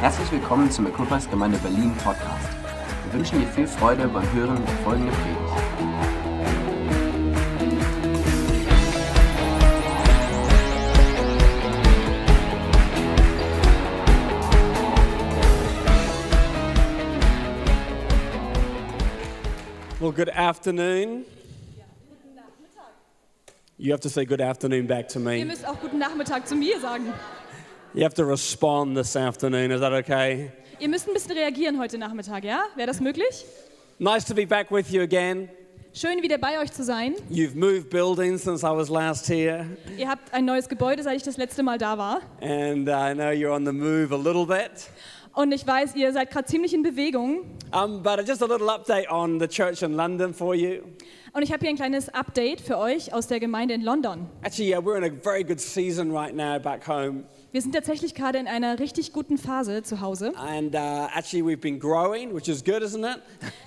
Herzlich willkommen zum Equippers Gemeinde Berlin Podcast. Wir wünschen dir viel Freude beim Hören der folgenden Predigt. Well, good afternoon. You have to say good afternoon back to Ihr me. müsst auch guten Nachmittag zu mir sagen. You have to respond this afternoon. Is that okay? Ihr müsst ein bisschen reagieren heute Nachmittag, ja? Wäre das möglich? Nice to be back with you again. Schön, wieder bei euch zu sein. You've moved buildings since I was last here, Ihr habt ein neues Gebäude, seit ich das letzte Mal da war. and I know you're on the move a little bit. Und ich weiß, ihr seid gerade ziemlich in Bewegung. Um, but just a little update on the church in London for you. Und ich habe hier ein kleines Update für euch aus der Gemeinde in London. Actually, yeah, we're in a very good season right now back home, Wir sind tatsächlich gerade in einer richtig guten Phase zu Hause. and uh, actually, we've been growing, which is good, isn't it?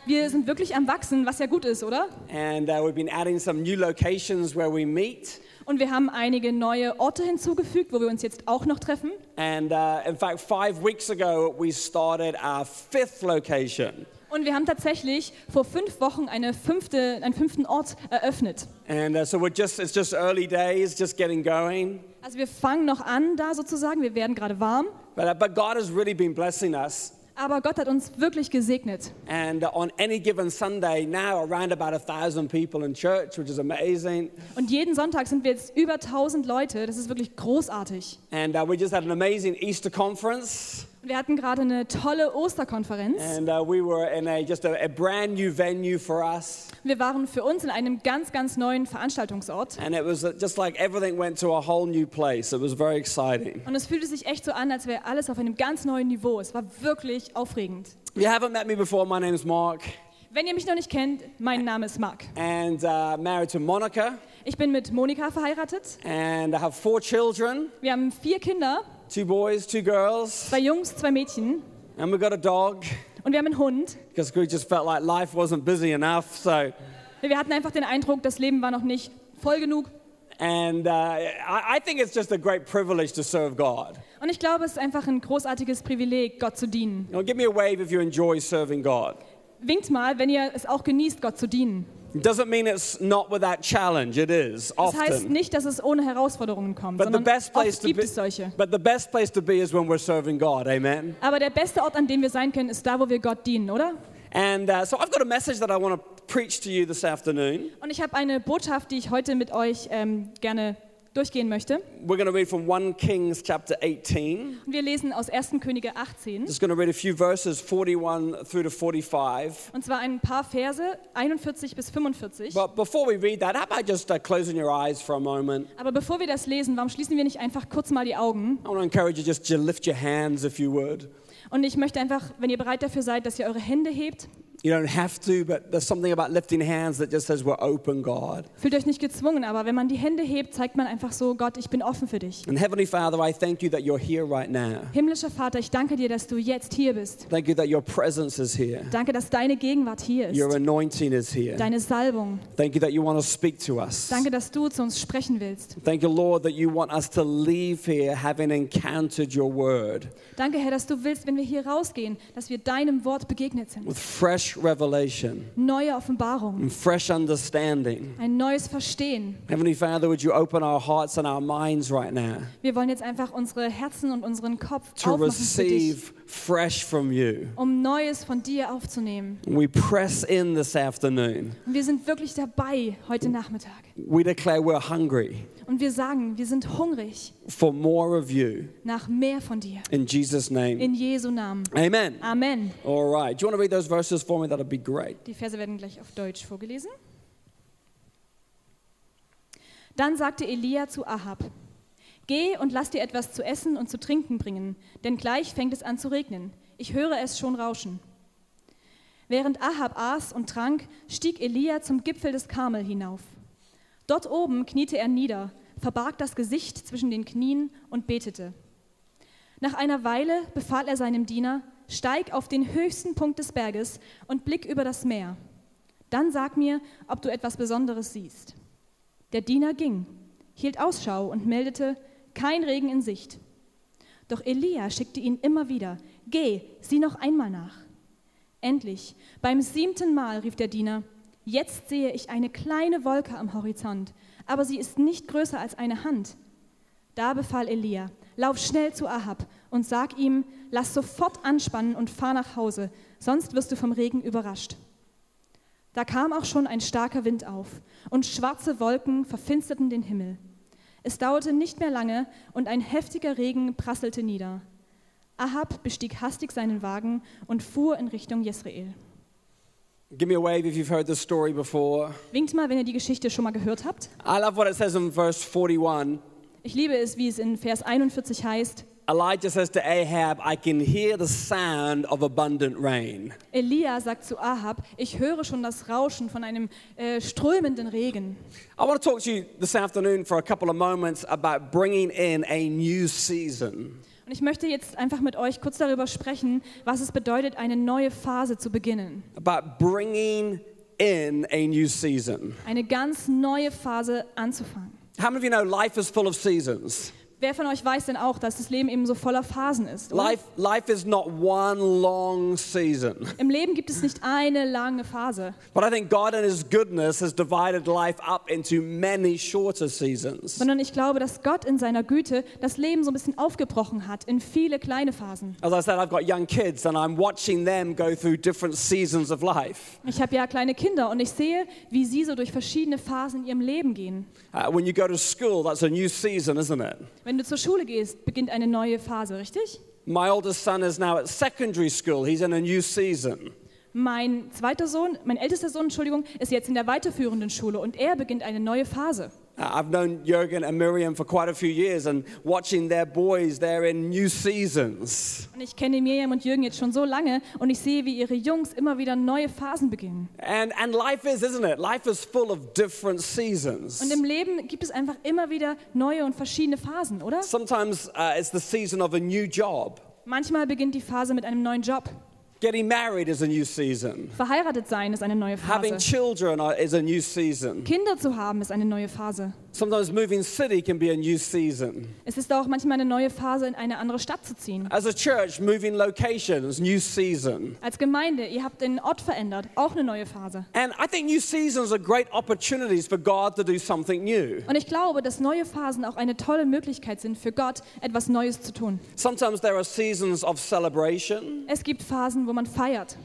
Wir sind wirklich am Wachsen, was ja gut ist, oder? And uh, we've been adding some new locations where we meet. Und wir haben einige neue Orte hinzugefügt, wo wir uns jetzt auch noch treffen. And uh, in fact, five weeks ago, we started our fifth location. Und wir haben tatsächlich vor fünf Wochen eine fünfte, einen fünften Ort eröffnet. And uh, so we're just, it's just early days, just getting going. Also wir fangen noch an da sozusagen, wir werden gerade warm, But, uh, but God has really been blessing us. aber Gott hat uns wirklich gesegnet. And uh, on any given Sunday, now around about a thousand people in church, which is amazing. Und jeden Sonntag sind wir jetzt über 1000 Leute, das ist wirklich großartig. And uh, we just had an amazing Easter conference. Und Wir hatten gerade eine tolle Osterkonferenz. And uh, we were in a, just a, a brand new venue for us. Wir waren für uns in einem ganz, ganz neuen Veranstaltungsort. And it was uh, just like everything went to a whole new place. It was very exciting. Und es fühlte sich echt so an, als wäre alles auf einem ganz neuen Niveau. Es war wirklich aufregend. If you haven't met me before, my name's Mark. Wenn ihr mich noch nicht kennt, mein Name ist Marc. and uh, married to Monica, Ich bin mit Monika verheiratet. and I have four children Wir haben vier Kinder, two boys, two girls, zwei Jungs, zwei Mädchen. and we got a dog Und wir haben einen Hund. because we just felt like life wasn't busy enough. So, Wir hatten einfach den Eindruck, das Leben war noch nicht voll genug. and uh, I, I think it's just a great privilege to serve God. Und ich glaube, es ist einfach ein großartiges Privileg, Gott zu dienen. You know, give me a wave if you enjoy serving God. Winkt mal, wenn ihr es auch genießt, Gott zu dienen. It doesn't mean it's not without challenge, it is Das heißt often. nicht, dass es ohne Herausforderungen kommt, But the sondern best place oft to gibt be, es solche. but the best place to be is when we're serving God, amen. Aber der beste Ort, an dem wir sein können, ist da, wo wir Gott dienen, oder? And uh, so I've got a message that I want to preach to you this afternoon. Und ich habe eine Botschaft, die ich heute mit euch ähm, gerne durchgehen möchte. We're going to read from 1 Kings chapter 18. Und wir lesen aus 1. Könige 18, Just going to read a few verses 41 through to 45. und zwar ein paar Verse, 41 bis 45. But before we read that, how about just uh, closing your eyes for a moment? Aber bevor wir das lesen, warum schließen wir nicht einfach kurz mal die Augen I want to encourage you just to lift your hands if you would. Und ich möchte einfach, wenn ihr bereit dafür seid, dass ihr eure Hände hebt, You don't have to, but there's something about lifting hands that just says we're open, God. fühlt euch nicht gezwungen, aber wenn man die Hände hebt, zeigt man einfach so, Gott, ich bin offen für dich. And Heavenly Father, I thank you that you're here right now. Himmlischer Vater, ich danke dir, dass du jetzt hier bist. Thank you that your presence is here. Danke, dass deine Gegenwart hier Your ist. anointing is here. Deine Salbung. Thank you that you want to speak to us. Danke, dass du zu uns sprechen willst. Thank you, Lord, that you want us to leave here having encountered your word. Danke, Herr, dass du willst, wenn wir hier rausgehen, dass wir deinem Wort begegnet sind. with fresh revelation Neue Offenbarung, and fresh understanding. ein neues Verstehen. Heavenly Father, would you open our hearts and our minds right now Wir wollen jetzt einfach unsere Herzen und unseren Kopf to aufmachen für dich, receive fresh from you? um Neues von dir aufzunehmen. We press in this afternoon. Und wir sind wirklich dabei heute Nachmittag. We declare we're hungry Und wir sagen, wir sind hungrig for more of you nach mehr von dir. in Jesus' name. In Jesu Namen. Amen. Amen. All right. Do you want to read those verses for me? That'd be great. Die Verse werden gleich auf Deutsch vorgelesen. Dann sagte Elia zu Ahab: Geh und lass dir etwas zu essen und zu trinken bringen, denn gleich fängt es an zu regnen. Ich höre es schon rauschen. Während Ahab aß und trank, stieg Elia zum Gipfel des Karmel hinauf. Dort oben kniete er nieder, verbarg das Gesicht zwischen den Knien und betete. Nach einer Weile befahl er seinem Diener, steig auf den höchsten Punkt des Berges und blick über das Meer. Dann sag mir, ob du etwas Besonderes siehst. Der Diener ging, hielt Ausschau und meldete, kein Regen in Sicht. Doch Elia schickte ihn immer wieder, Geh, sieh noch einmal nach. Endlich, beim siebten Mal rief der Diener, Jetzt sehe ich eine kleine Wolke am Horizont, aber sie ist nicht größer als eine Hand. Da befahl Elia, lauf schnell zu Ahab und sag ihm, lass sofort anspannen und fahr nach Hause, sonst wirst du vom Regen überrascht. Da kam auch schon ein starker Wind auf und schwarze Wolken verfinsterten den Himmel. Es dauerte nicht mehr lange und ein heftiger Regen prasselte nieder. Ahab bestieg hastig seinen Wagen und fuhr in Richtung Jezreel. Give me a wave if you've heard this story before. Winkt mal, wenn ihr die Geschichte schon mal gehört habt. I love what it says in verse 41. Ich liebe es, wie es in Vers 41 heißt. Elijah says to Ahab, I can hear the sound of abundant rain. Elia sagt zu Ahab, ich höre schon das Rauschen von einem äh, strömenden Regen. I want to talk to you this afternoon for a couple of moments about bringing in a new season. Und ich möchte jetzt einfach mit euch kurz darüber sprechen, was es bedeutet, eine neue Phase zu beginnen. About bringing in a new season. Eine ganz neue Phase anzufangen. How many of you know life is full of seasons? Wer von euch weiß denn auch, dass das Leben eben so voller Phasen ist? oder? Life, life is not one long season. Im Leben gibt es nicht eine lange Phase. But I think God in His goodness has divided life up into many shorter seasons. sondern ich glaube, dass Gott in seiner Güte das Leben so ein bisschen aufgebrochen hat in viele kleine Phasen. As I said, I've got young kids and I'm watching them go through different seasons of life. Ich habe ja kleine Kinder und ich sehe, wie sie so durch verschiedene Phasen in ihrem Leben gehen. Uh, when you go to school, that's a new season, isn't it? Wenn du zur Schule gehst, beginnt eine neue Phase, richtig? My oldest son is now at secondary school. He's in a new season. Mein zweiter Sohn, mein ältester Sohn, Entschuldigung, ist jetzt in der weiterführenden Schule und er beginnt eine neue Phase. Uh, I've known Jurgen and Miriam for quite a few years and watching their boys, they're in new seasons. Und ich kenne Miriam und Jürgen jetzt schon so lange und ich sehe, wie ihre Jungs immer wieder neue Phasen beginnen. And, and life is, isn't it? Life is full of different Und seasons. im Leben gibt es einfach immer wieder neue und verschiedene Phasen, oder? Sometimes uh, it's the season of a new job. Manchmal beginnt die Phase mit einem neuen Job. Getting married is a new season. Verheiratet sein ist eine neue Phase. Having children are, is a new season. Kinder zu haben ist eine neue Phase. Sometimes moving city can be a new season. Es ist auch manchmal eine neue Phase, in eine andere Stadt zu ziehen. As a church, moving locations, new season. Als Gemeinde, ihr habt den Ort verändert, auch eine neue Phase. And I think new seasons are great opportunities for God to do something new. Und ich glaube, dass neue Phasen auch eine tolle Möglichkeit sind für Gott, etwas Neues zu tun. Sometimes there are seasons of celebration. Es gibt Phasen, wo man feiert.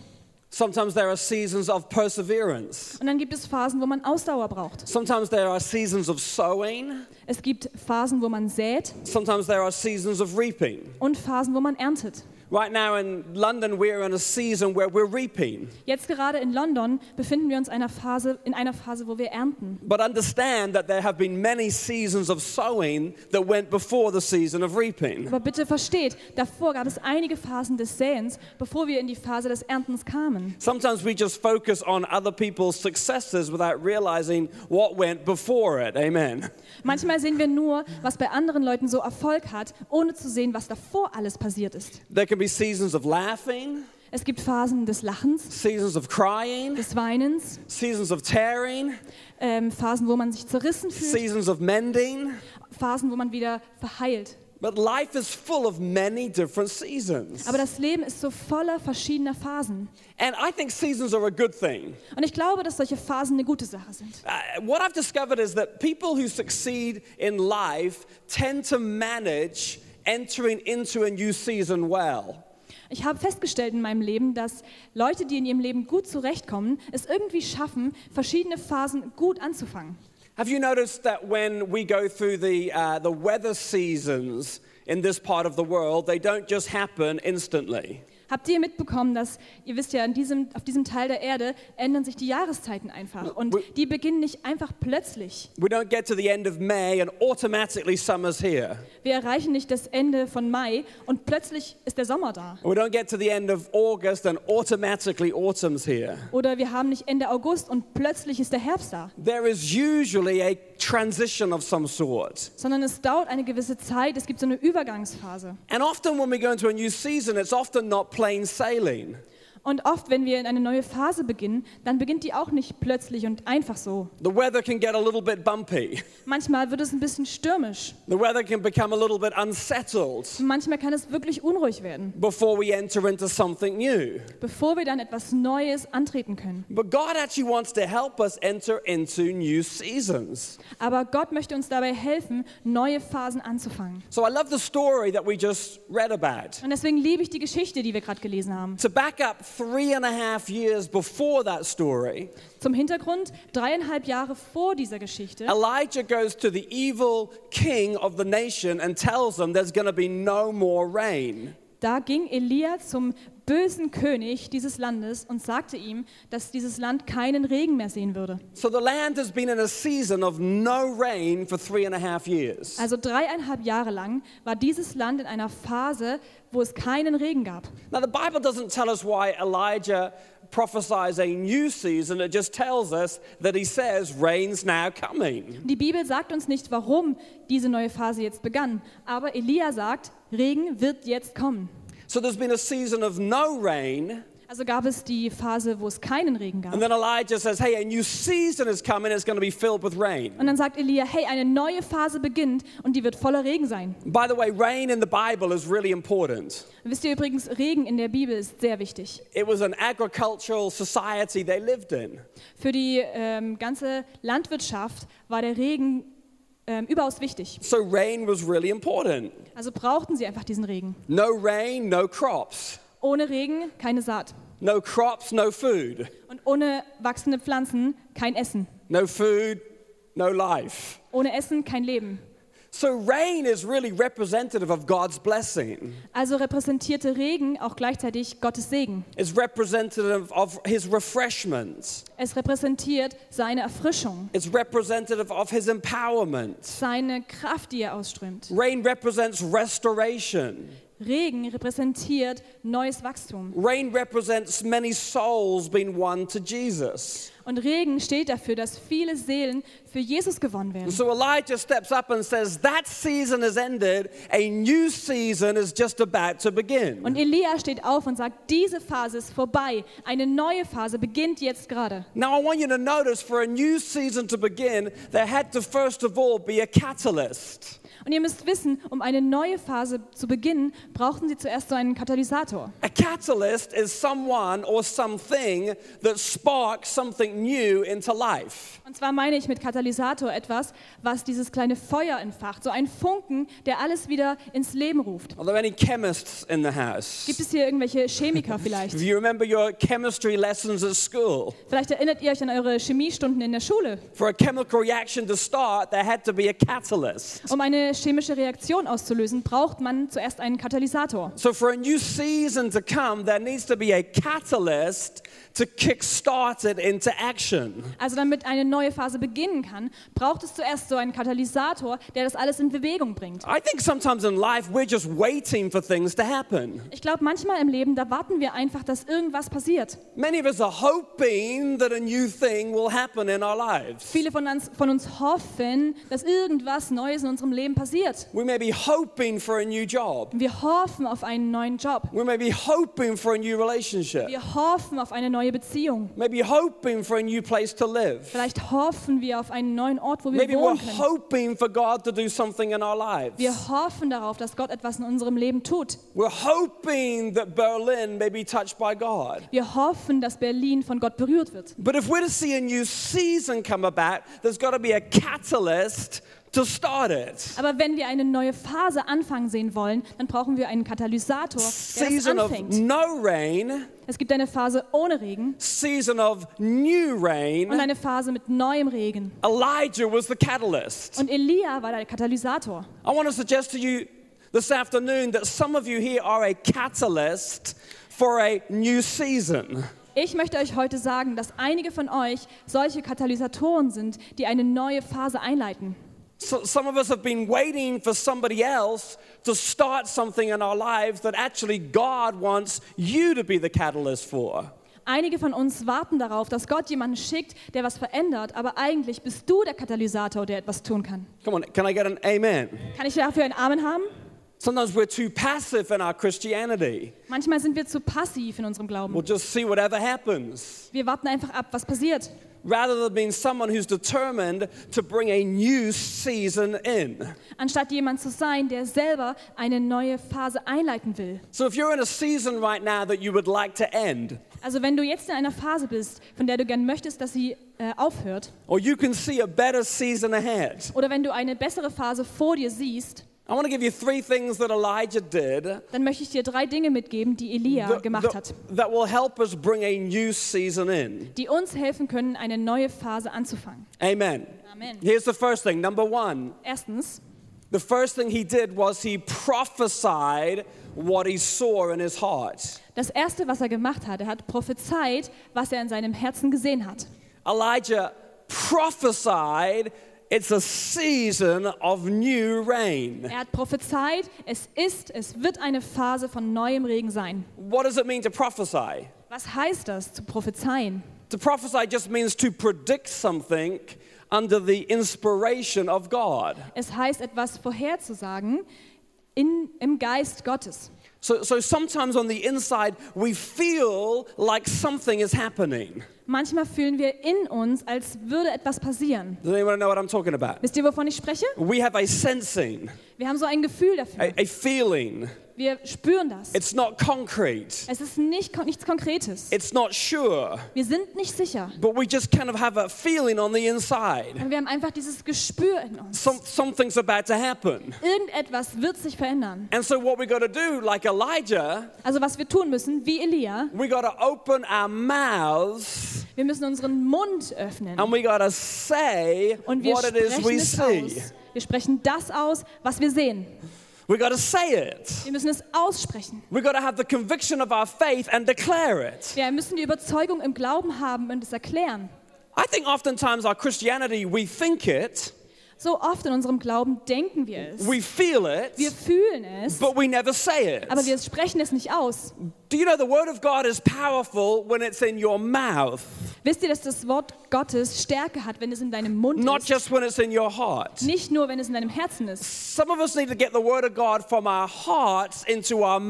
Sometimes there are seasons of perseverance. Und dann gibt es Phasen, wo man Ausdauer braucht. Sometimes there are seasons of sowing. Es gibt Phasen, wo man sät Sometimes there are seasons of reaping. und Phasen, wo man erntet. Right now in London, we're in a season where we're reaping. Jetzt gerade in London befinden wir uns einer Phase, in einer Phase, wo wir ernten. But understand that there have been many seasons of sowing that went before the season of reaping. Aber bitte versteht, davor gab es einige Phasen des Säens, bevor wir in die Phase des Erntens kamen. Sometimes we just focus on other people's successes without realizing what went before it. Amen. Manchmal sehen wir nur, was bei anderen Leuten so Erfolg hat, ohne zu sehen, was davor alles passiert ist. There can be seasons of laughing, Es gibt Phasen des Lachens, seasons of crying, des Weinens, seasons of tearing, ähm, Phasen, wo man sich zerrissen fühlt, seasons of mending. Phasen, wo man wieder verheilt. But life is full of many different seasons. Aber das Leben ist so voller verschiedener Phasen. And I think seasons are a good thing. Und ich glaube, dass solche Phasen eine gute Sache sind. Uh, what I've discovered is that people who succeed in life tend to manage entering into a new season well. Ich habe festgestellt in meinem Leben, dass Leute, die in ihrem Leben gut zurechtkommen, es irgendwie schaffen, verschiedene Phasen gut anzufangen. Have you noticed that when we go through the, uh, the weather seasons in this part of the world, they don't just happen instantly? Habt ihr mitbekommen, dass, ihr wisst ja, in diesem, auf diesem Teil der Erde ändern sich die Jahreszeiten einfach. Und die beginnen nicht einfach plötzlich. We don't get to the end of May and automatically summer's here. Wir erreichen nicht das Ende von Mai und plötzlich ist der Sommer da. We don't get to the end of August and automatically autumn's here. Oder wir haben nicht Ende August und plötzlich ist der Herbst da. There is usually a transition of some sort. Sondern es dauert eine gewisse Zeit, es gibt so eine Übergangsphase. And often when we go into a new season, it's often not plain sailing. Und oft, wenn wir in eine neue Phase beginnen, dann beginnt die auch nicht plötzlich und einfach so. The weather can get a little bit bumpy. Manchmal wird es ein bisschen stürmisch. The weather can become a little bit unsettled Manchmal kann es wirklich unruhig werden, before we enter into something new. bevor wir dann etwas Neues antreten können. But God actually wants to help us enter into new seasons. Aber Gott möchte uns dabei helfen, neue Phasen anzufangen. So I love the story that we just read about. Und deswegen liebe ich die Geschichte, die wir gerade gelesen haben. To back up three and a half years before that story, Zum Hintergrund, dreieinhalb Jahre vor dieser Geschichte Elijah goes to the evil king of the nation and tells them there's going to be no more rain. Da ging Elia zum bösen König dieses Landes und sagte ihm, dass dieses Land keinen Regen mehr sehen würde. So the land has been in a season of no rain for three and a half years. Also dreieinhalb Jahre lang war dieses Land in einer Phase, wo es keinen Regen gab. Now, the Bible doesn't tell us why Elijah prophesies a new season, it just tells us that he says, Rain's now coming. Die Bibel sagt uns nicht, warum diese neue Phase jetzt begann, aber Elia sagt, Regen wird jetzt kommen. So there's been a season of no rain, Also gab es die Phase, wo es keinen Regen gab. and then Elijah says, Hey, a new season is coming, it's going to be filled with rain. Und dann sagt Elia, hey, eine neue Phase beginnt und die wird voller Regen sein. By the way, rain in the Bible is really important. Wisst ihr übrigens, Regen in der Bibel ist sehr wichtig. It was an agricultural society they lived in. Für die ähm, ganze Landwirtschaft war der Regen ähm, überaus wichtig. So rain was really important. Also brauchten sie einfach diesen Regen. No rain, no crops. Ohne Regen keine Saat. No crops, no food. Und ohne wachsende Pflanzen kein Essen. No food, no life. Ohne Essen kein Leben. So rain is really representative of God's blessing. Also repräsentierte Regen auch gleichzeitig Gottes Segen. It's representative of his refreshment. Es repräsentiert seine Erfrischung, It's representative of his empowerment. seine Kraft, die er ausströmt. Rain represents restoration. Regen repräsentiert neues Wachstum. Rain represents many souls being won to Jesus. Und Regen steht dafür, dass viele Seelen für Jesus gewonnen And werden. so Elijah steps up and says, That season has ended. A new season is just about to begin. Und Elia steht auf und sagt, diese Phase ist vorbei. Eine neue Phase beginnt jetzt gerade. Now, I want you to notice for a new season to begin, there had to first of all be a catalyst. Und ihr müsst wissen, um eine neue Phase zu beginnen, brauchten sie zuerst so einen Katalysator. A catalyst is someone or something that sparks something new into life. Und zwar meine ich mit Katalysator etwas, was dieses kleine Feuer entfacht. So ein Funken, der alles wieder ins Leben ruft. Are there any chemists in the house? Gibt es hier irgendwelche Chemiker If vielleicht? you remember your chemistry lessons at school, Vielleicht erinnert ihr euch an eure Chemiestunden in der Schule. for a chemical reaction to start, there had to be a catalyst. Um eine chemische Reaktion auszulösen, braucht man zuerst einen Katalysator. So, for a new season to come, there needs to be a catalyst to kickstart it into action. Also damit eine neue Phase beginnen kann, braucht es zuerst so einen Katalysator, der das alles in Bewegung bringt. I think sometimes in life we're just waiting for things to happen. Ich glaube, manchmal im Leben, da warten wir einfach, dass irgendwas passiert. Many of us are hoping that a new thing will happen in our lives. Viele von uns, von uns hoffen, dass irgendwas Neues in unserem Leben passiert. We may be hoping for a new job. Wir hoffen auf einen neuen Job. We may be hoping for a new relationship. Wir hoffen auf eine neue Beziehung. Maybe hoping for a new place to live. Vielleicht hoffen wir auf einen neuen Ort, wo wir Maybe we're wohnen können. hoping for God to do something in our lives. Wir hoffen darauf, dass Gott etwas in unserem Leben tut. We're hoping that Berlin may be touched by God. Wir hoffen, dass Berlin von Gott berührt wird. But if we're to see a new season come about, there's got to be a catalyst to start it. Aber wenn wir eine neue Phase anfangen sehen wollen, dann brauchen wir einen Katalysator, der das Season of anfängt. no rain, Es gibt eine Phase ohne Regen season of new und rain. eine Phase mit neuem Regen. Elijah was the catalyst. Und Elia war der Katalysator. I want to suggest to you this afternoon that some of you here are a catalyst for a new season. Ich möchte euch heute sagen, dass einige von euch solche Katalysatoren sind, die eine neue Phase einleiten. So, some of us have been waiting for somebody else to start something in our lives that actually God wants you to be the catalyst for. Einige von uns warten darauf, dass Gott jemanden schickt, der was verändert, aber eigentlich bist du der Katalysator, der etwas tun kann. Come on, can I get an amen? Kann ich dafür ein Amen haben? Sometimes we're too passive in our Christianity. Manchmal sind wir zu passiv in unserem Glauben. We'll just see whatever happens. Wir warten einfach ab, was passiert. Rather than being someone who's determined to bring a new season in. Anstatt jemand zu sein, der selber eine neue Phase einleiten will. So if you're in a season right now that you would like to end, Also wenn du jetzt in einer Phase bist, von der du gern möchtest, dass sie äh, aufhört, or you can see a better season ahead, oder wenn du eine bessere Phase vor dir siehst, I want to give you three things that Elijah did that, dann möchte ich dir drei Dinge mitgeben, die Elia gemacht that- hat, that will help us bring a new season in. die uns helfen können, eine neue Phase anzufangen. Amen. Amen. Here's the first thing. Number one, Erstens, the first thing he did was he prophesied what he saw in his heart. das Erste, was er gemacht hat, er hat prophezeit, was er in seinem Herzen gesehen hat. Elijah prophesied it's a season of new rain. Er hat prophezeit, es ist, es wird eine Phase von neuem Regen sein. What does it mean to prophesy? Was heißt das, zu prophezeien? To prophesy just means to predict something under the inspiration of God. Es heißt, etwas vorherzusagen in, im Geist Gottes. So, so sometimes on the inside, we feel like something is happening. Manchmal fühlen wir in uns, als würde etwas passieren. Does anyone know what I'm talking about? Wisst ihr, wovon ich spreche? We have a sensing, Wir haben so ein Gefühl dafür. a, a feeling. Wir spüren das. It's not concrete, Es ist nicht, kon- nichts Konkretes. it's not sure, Wir sind nicht sicher. but we just kind of have a feeling on the inside. Und wir haben einfach dieses Gespür in uns. Some, something's about to happen. Irgendetwas wird sich verändern. And so, what we got to do, like Elijah, Also was wir tun müssen, wie Elia, we got to open our mouths wir müssen unseren Mund öffnen. and we got to say Und wir what it is sprechen we es see. aus. Wir sprechen das aus, was wir sehen. We got to say it. Wir müssen es aussprechen. We got to have the conviction of our faith and declare it. Wir müssen die Überzeugung im Glauben haben und es erklären. I think oftentimes our Christianity, we think it, So oft in unserem Glauben denken wir es. we feel it, Wir fühlen es, but we never say it. aber wir sprechen es nicht aus. Do you know the Word of God is powerful when it's in your mouth, Wisst ihr, dass das Wort Gottes Stärke hat, wenn es in deinem Mund not ist? just when it's in your heart? Nicht nur, wenn es in deinem Herzen ist. Some of us need to get the Word of God from our hearts into our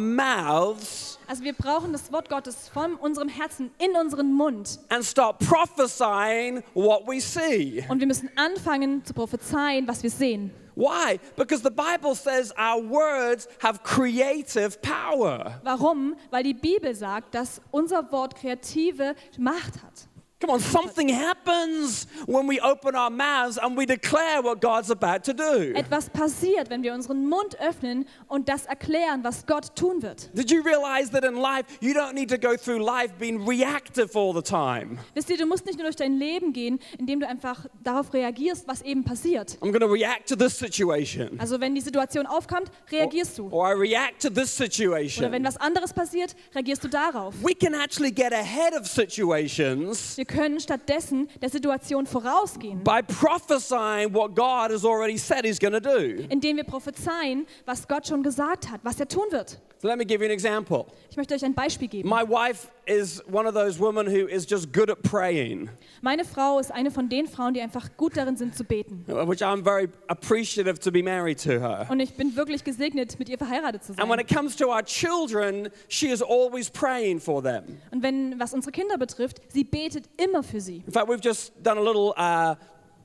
mouths Also wir brauchen das Wort Gottes von unserem Herzen in unseren Mund. and start prophesying what we see. Und wir müssen anfangen zu prophezeien, was wir sehen. Why? Because the Bible says our words have creative power. Warum? Weil die Bibel sagt, dass unser Wort kreative Macht hat. Come on, something happens when we open our mouths and we declare what God's about to do. Etwas passiert, wenn wir unseren Mund öffnen und das erklären, was Gott tun wird. Did you realize that in life, you don't need to go through life being reactive all the time? Wisst ihr, du musst nicht nur durch dein Leben gehen, indem du einfach darauf reagierst, was eben passiert. I'm going to react to this situation. Also wenn die Situation aufkommt, reagierst du. Or I react to this Oder wenn situation. was anderes passiert, reagierst du darauf. We can actually get ahead of situations Wir können stattdessen der Situation vorausgehen, by prophesying what God has already said He's going to do. indem wir prophezeien, was Gott schon gesagt hat, was er tun wird. So let me give you an example. Ich möchte euch ein Beispiel geben. My wife is one of those women who is just good at praying, Meine Frau ist eine von den Frauen, die einfach gut darin sind zu beten. which I'm very appreciative to be married to her. Und ich bin wirklich gesegnet, mit ihr verheiratet zu And when sein. it comes to our children, she is always praying for them. Und wenn, was unsere Kinder betrifft, sie betet immer für sie. In fact, we've just done a little uh,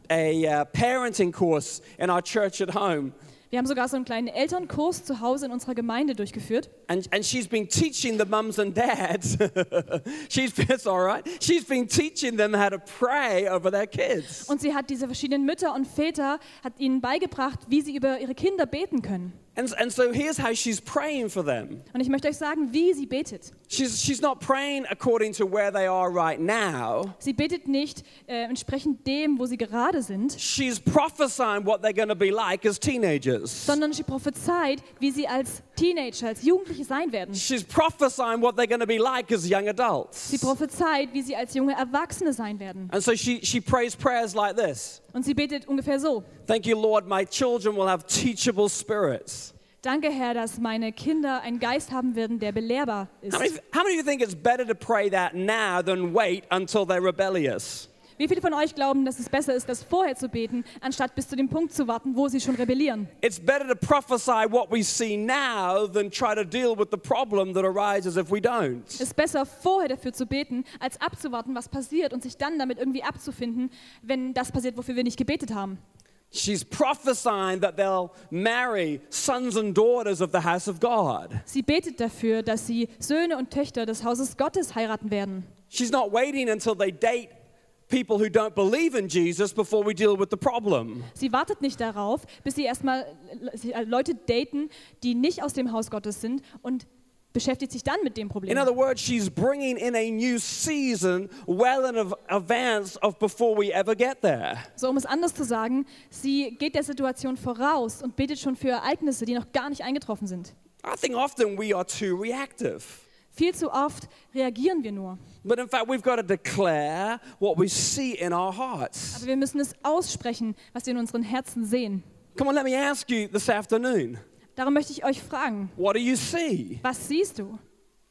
a uh, parenting course in our church at home, Wir haben sogar so einen kleinen Elternkurs zu Hause in unserer Gemeinde durchgeführt. and, and she's been teaching the mums and dads. she's been, it's all right. She's been teaching them how to pray over their kids. Und sie hat diese verschiedenen Mütter und Väter, hat ihnen beigebracht, wie sie über ihre Kinder beten können. And, and so here's how she's praying for them. Und ich möchte euch sagen, wie sie betet. She's, she's not praying according to where they are right now. Sie betet nicht äh, entsprechend dem, wo sie gerade sind, She's prophesying what they're going to be like as teenagers. sondern sie prophezeit, wie sie als Teenager, als Jugendliche sein werden. She's prophesying what they're going to be like as young Sie adults. prophezeit, wie sie als junge Erwachsene sein werden. And so she, she prays prayers like this. Und sie betet ungefähr so. Thank you, Lord, my children will have teachable spirits. Danke, Herr, dass meine Kinder einen Geist haben werden, der belehrbar ist. How many, how many of you think it's better to pray that now than wait until they're rebellious? Wie viele von euch glauben, dass es besser ist, das vorher zu beten, anstatt bis zu dem Punkt zu warten, wo sie schon rebellieren? It's better to prophesy what we see now than try to deal with the problem that arises if we don't. Es ist besser, vorher dafür zu beten, als abzuwarten, was passiert und sich dann damit irgendwie abzufinden, wenn das passiert, wofür wir nicht gebetet haben. She's prophesying that they'll marry sons and daughters of the house of God. Sie betet dafür, dass sie Söhne und Töchter des Hauses Gottes heiraten werden. She's not waiting until they date people who don't believe in Jesus before we deal with the problem. Sie wartet nicht darauf, bis sie erstmal äh, Leute daten, die nicht aus dem Haus Gottes sind und beschäftigt sich dann mit dem Problem. In other words, she's bringing in a new season well in av- advance of before we ever get there. So, um es anders zu sagen, sie geht der Situation voraus und betet schon für Ereignisse, die noch gar nicht eingetroffen sind. I think often we are too reactive. Viel zu oft reagieren wir nur. But in fact, we've got to declare what we see in our hearts. Aber wir müssen es aussprechen, was wir in unseren Herzen sehen. Come on, let me ask you this afternoon. Darum möchte ich euch fragen, What do you see? was siehst du?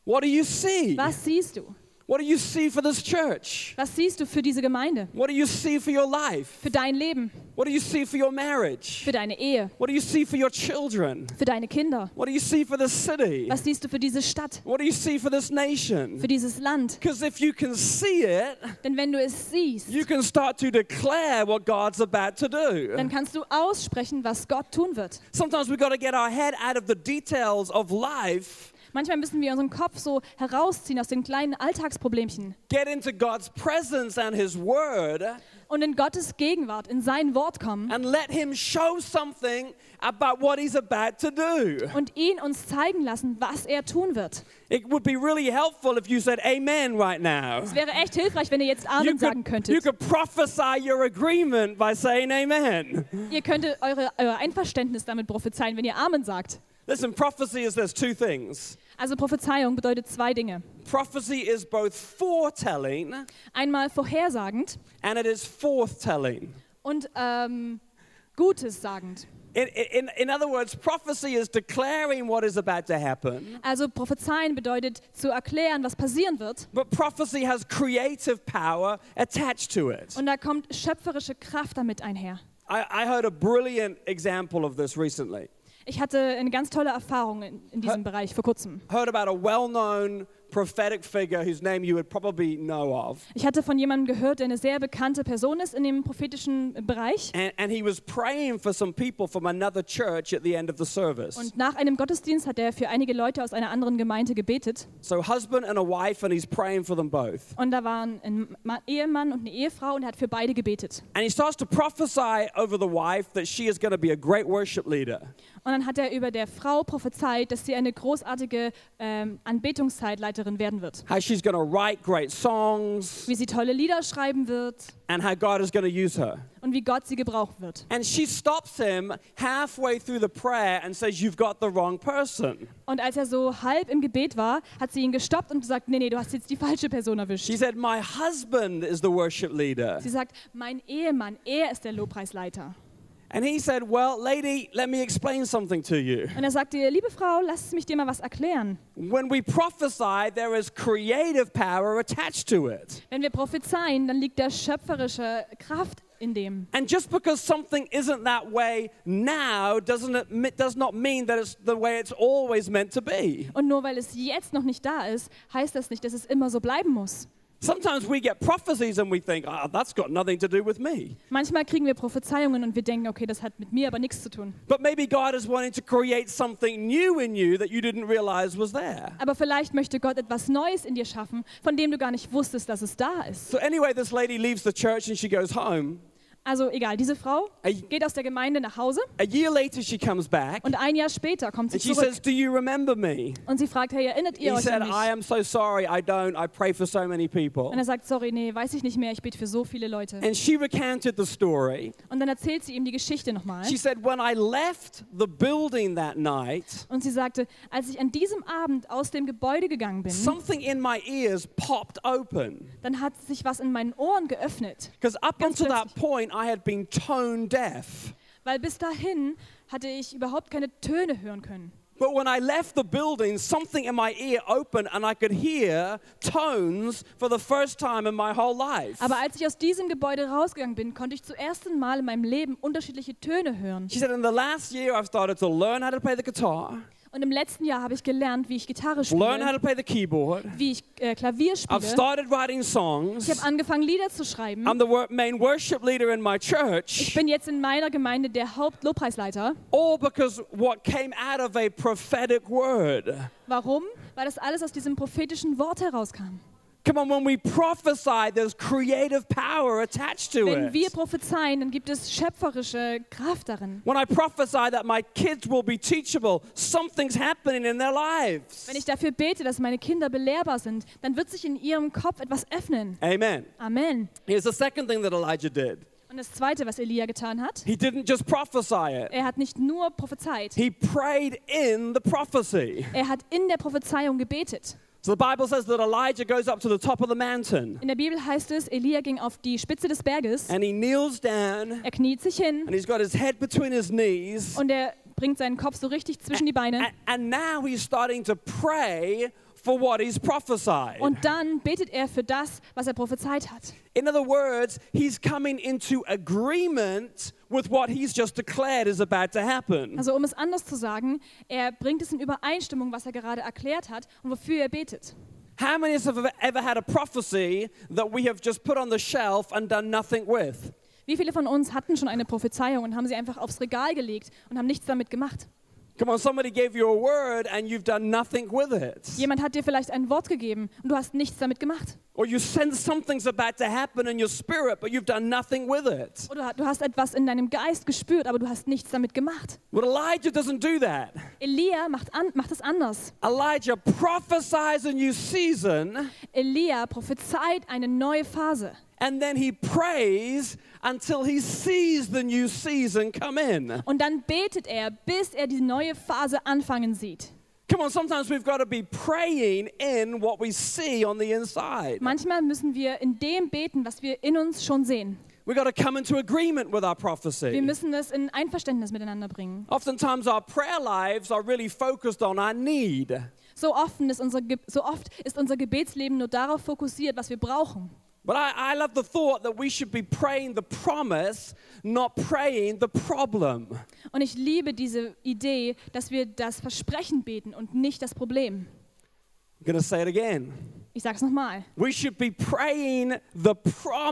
What do you see? Was siehst du? What do you see for this church? Was siehst du für diese Gemeinde? What do you see for your life? Für dein Leben? What do you see for your marriage? Für deine Ehe? What do you see for your children? Für deine Kinder? What do you see for this city? Was siehst du für diese Stadt? What do you see for this nation? Für dieses Land? Because if you can see it, Denn wenn du es siehst, you can start to declare what God's about to dann do. kannst du aussprechen, was Gott tun wird. Sometimes we've got to get our head out of the details of life, Manchmal müssen wir unseren Kopf so herausziehen aus den kleinen Alltagsproblemchen get into God's presence and His Word, und in Gottes Gegenwart, in sein Wort kommen and let Him show something about what He's about to do. und ihn uns zeigen lassen, was er tun wird. It would be really helpful if you said Amen right now. Es wäre echt hilfreich, wenn ihr jetzt You Amen sagen could, you könntet. could prophesy your agreement by saying Amen. Ihr könntet eure, euer Einverständnis damit prophezeien, wenn ihr Amen sagt. Listen, prophecy is there's two things. Also Prophezeiung bedeutet zwei Dinge. Prophecy is both foretelling Einmal vorhersagend and it is forthtelling. und ähm, Gutes sagend. In, in, in other words, prophecy is declaring what is about to happen, Also prophezeien bedeutet zu erklären, was passieren wird. but prophecy has creative power attached to it. Und da kommt schöpferische Kraft damit einher. I, I heard a brilliant example of this recently. Ich hatte eine ganz tolle Erfahrung in, in diesem Bereich vor kurzem. Heard about a well known prophetic figure whose name you would probably know of. Ich hatte von jemandem gehört, der eine sehr bekannte Person ist in dem prophetischen Bereich. And, and he was praying for some people from another church at the end of the service. Und nach einem Gottesdienst hat er für einige Leute aus einer anderen Gemeinde gebetet. so, husband and a wife, and he's praying for them both. Und da waren ein Ma- Ehemann und eine Ehefrau und er hat für beide gebetet. And he starts to prophesy over the wife that she is going to be a great worship leader. Und dann hat er über der Frau prophezeit, dass sie eine großartige ähm, Anbetungszeitleiterin werden wird. How she's going to write great songs Wie sie tolle Lieder schreiben wird and how God is going to use her. und wie Gott sie gebrauchen wird. And she stops him halfway through the prayer and says, You've got the wrong person. Und als er so halb im Gebet war, hat sie ihn gestoppt und gesagt, nee, nee, du hast jetzt die falsche Person erwischt. She said, My husband is the worship leader. Sie sagt, mein Ehemann, er ist der Lobpreisleiter. And he said, Well, lady, let me explain something to you. Und er sagte, ihr, liebe Frau, lass mich dir mal was erklären. When we prophesy, there is creative power attached to it. Wenn wir prophezeien, dann liegt der schöpferische Kraft in dem. And just because something isn't that way now doesn't it, mi- does not mean that it's the way it's always meant to be. Und nur weil es jetzt noch nicht da ist, heißt das nicht, dass es immer so bleiben muss. Sometimes we get prophecies and we think, ah, that's got nothing to do with me. Manchmal kriegen wir Prophezeiungen und wir denken, okay, das hat mit mir aber nichts zu tun. But maybe God is wanting to create something new in you that you didn't realize was there. Aber vielleicht möchte Gott etwas Neues in dir schaffen, von dem du gar nicht wusstest, dass es da ist. So, anyway, this lady leaves the church and she goes home. Also egal, diese Frau Ey. geht aus der Gemeinde nach Hause A year later, she comes back und ein Jahr später kommt sie and she zurück says, Do you remember me? und sie fragt, hey, erinnert ihr He euch said, an I mich? am so sorry, I don't. I pray for so many people. Und er sagt, sorry, nee, weiß ich nicht mehr, ich bete für so viele Leute. And she recanted the story. Und dann erzählt sie ihm die Geschichte nochmal. She said, When I left the building that night, Und sie sagte, als ich an diesem Abend aus dem Gebäude gegangen bin, something in my ears popped open. dann hat sich was in meinen Ohren geöffnet. Because up Ganz until that plötzlich. point, I had been tone deaf. Weil bis dahin hatte ich überhaupt keine Töne hören können. But when I left the building, something in my ear opened and I could hear tones for the first time in my whole life. Aber als ich aus diesem Gebäude rausgegangen bin, konnte ich zum ersten Mal in meinem Leben unterschiedliche Töne hören. She said, In the last year, I've started to learn how to play the guitar, Und im letzten Jahr habe ich gelernt, wie ich Gitarre learn how spiele, to play the keyboard. wie ich äh, Klavier I've spiele. started writing Ich habe songs. angefangen, Lieder zu schreiben. I'm the wor- main worship leader in my Ich church. bin jetzt in meiner Gemeinde der Hauptlobpreisleiter. All because what came out of a prophetic word. Warum? Weil das alles aus diesem prophetischen Wort herauskam. Come on, when we prophesy, there's creative power attached to Wenn wir it. prophezeien, dann gibt es schöpferische Kraft darin. When I prophesy that my kids will be teachable, something's happening in their lives. Wenn ich dafür bete, dass meine Kinder belehrbar sind, dann wird sich in ihrem Kopf etwas öffnen. Amen. Amen. Here's the second thing that Elijah did Und das Zweite, was Elia getan hat, he didn't just prophesy it, er hat nicht nur prophezeit, he prayed in the prophecy. er hat in der Prophezeiung gebetet. So the Bible says that Elijah goes up to the top of the mountain In der Bibel heißt es, Elia ging auf die Spitze des Berges, and he kneels down er kniet sich hin and he's got his head between his knees. und er bringt seinen Kopf so richtig zwischen die Beine. And, and now he's starting to pray for what he's prophesied. Und dann betet er für das, was er prophezeit hat. In other words, he's coming into agreement with what he's just declared is about to happen. Also um es anders zu sagen, er bringt es in Übereinstimmung, was er gerade erklärt hat und wofür er betet. How many of us have ever had a prophecy that we have just put on the shelf and done nothing with? Wie viele von uns hatten schon eine Prophezeiung und haben sie einfach aufs Regal gelegt und haben nichts damit gemacht? Come on, somebody gave you a word and you've done nothing with it. Jemand hat dir vielleicht ein Wort gegeben und du hast nichts damit gemacht. Or you sense something's about to happen in your spirit, but you've done nothing with it. Oder du hast etwas in deinem Geist gespürt, aber du hast nichts damit gemacht. But Elijah doesn't do that. Elia macht, an, macht es anders. Elijah prophesies a new season Elia prophezeit eine neue Phase. and then he prays until he sees the new season come in. Und dann betet er, bis er die neue Phase anfangen sieht. Come on, sometimes we've got to be praying in what we see on the inside. Manchmal müssen wir in dem beten, was wir in uns schon sehen. We've got to come into agreement with our Wir prophecy. müssen das in Einverständnis miteinander bringen. Oftentimes, our prayer lives are really focused on our need. So oft ist unser, Ge so oft ist unser Gebetsleben nur darauf fokussiert, was wir brauchen. But I, I love the thought that we should be praying the promise, not praying the problem. Und ich liebe diese Idee, dass wir das Versprechen beten und nicht das Problem. I'm going to say it again. Ich sage es nochmal. We should be praying the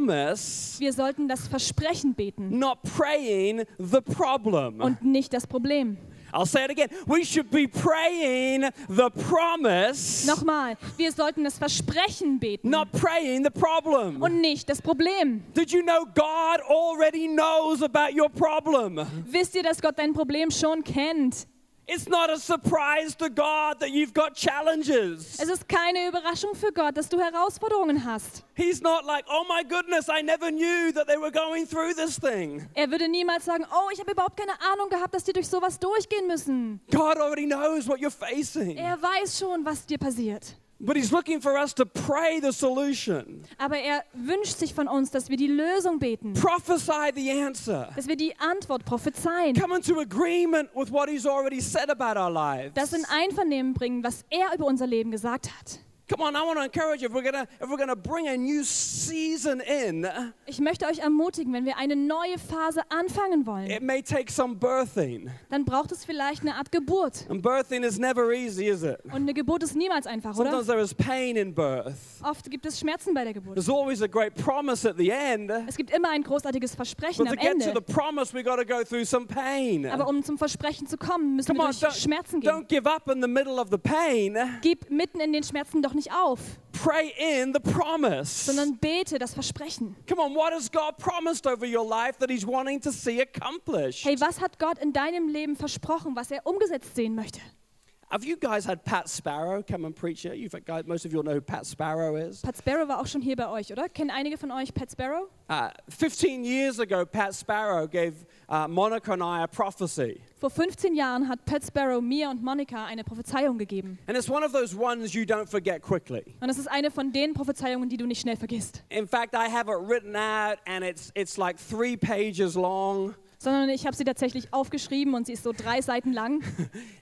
promise, Wir sollten das Versprechen beten not praying the problem. und nicht das Problem. I'll say it again. We should be praying the promise. Nochmal, wir sollten das Versprechen beten not praying the problem. und nicht das Problem. Did you know God already knows about your problem? Wisst ihr, dass Gott dein Problem schon kennt? It's not a surprise to God that you've got challenges. Es ist keine Überraschung für Gott, dass du Herausforderungen hast. He's not like, oh my goodness, I never knew that they were going through this thing. Er würde niemals sagen, oh, ich habe überhaupt keine Ahnung gehabt, dass die durch sowas durchgehen müssen. God already knows what you're facing. Er weiß schon, was dir passiert. But He's looking for us to pray the solution, Aber er wünscht sich von uns, dass wir die Lösung beten, prophesy the answer, dass wir die Antwort prophezeien, come into agreement with what He's already said about our lives. das in Einvernehmen bringen, was er über unser Leben gesagt hat. Come on, I want to encourage you. If we're gonna, if we're gonna bring a new season in, Ich möchte euch ermutigen, wenn wir eine neue Phase anfangen wollen, it may take some birthing. dann braucht es vielleicht eine Art Geburt. And birthing is never easy, is it? Und eine Geburt ist niemals einfach, oder? Sometimes there is pain in birth. Oft gibt es Schmerzen bei der Geburt. There's always a great promise at the end. Es gibt immer ein großartiges Versprechen But am to get to Ende. the promise, we got to go through some pain. Aber um zum Versprechen zu kommen, müssen Come wir on, durch Schmerzen don't, gehen. don't give up in the middle of the pain. Gib mitten in den Schmerzen doch nicht auf, Pray in the promise. sondern bete das Versprechen. Come on, what has God promised over your life that He's wanting to see accomplished? Hey, was hat Gott in deinem Leben versprochen, was er umgesetzt sehen möchte? Have you guys had Pat Sparrow come and preach here? You've guys, most of you all know who Pat Sparrow is. Pat Sparrow war auch schon hier bei euch, oder? Kennen einige von euch Pat Sparrow? Uh, 15 years ago, Pat Sparrow gave uh, Monica and I a prophecy. Vor 15 Jahren hat Pat Sparrow mir und Monika eine Prophezeiung gegeben. And it's one of those ones you don't forget quickly. Und es ist eine von den Prophezeiungen, die du nicht schnell vergisst, In fact, I have it written out and it's, it's like three pages long. sondern ich habe sie tatsächlich aufgeschrieben und sie ist so drei Seiten lang.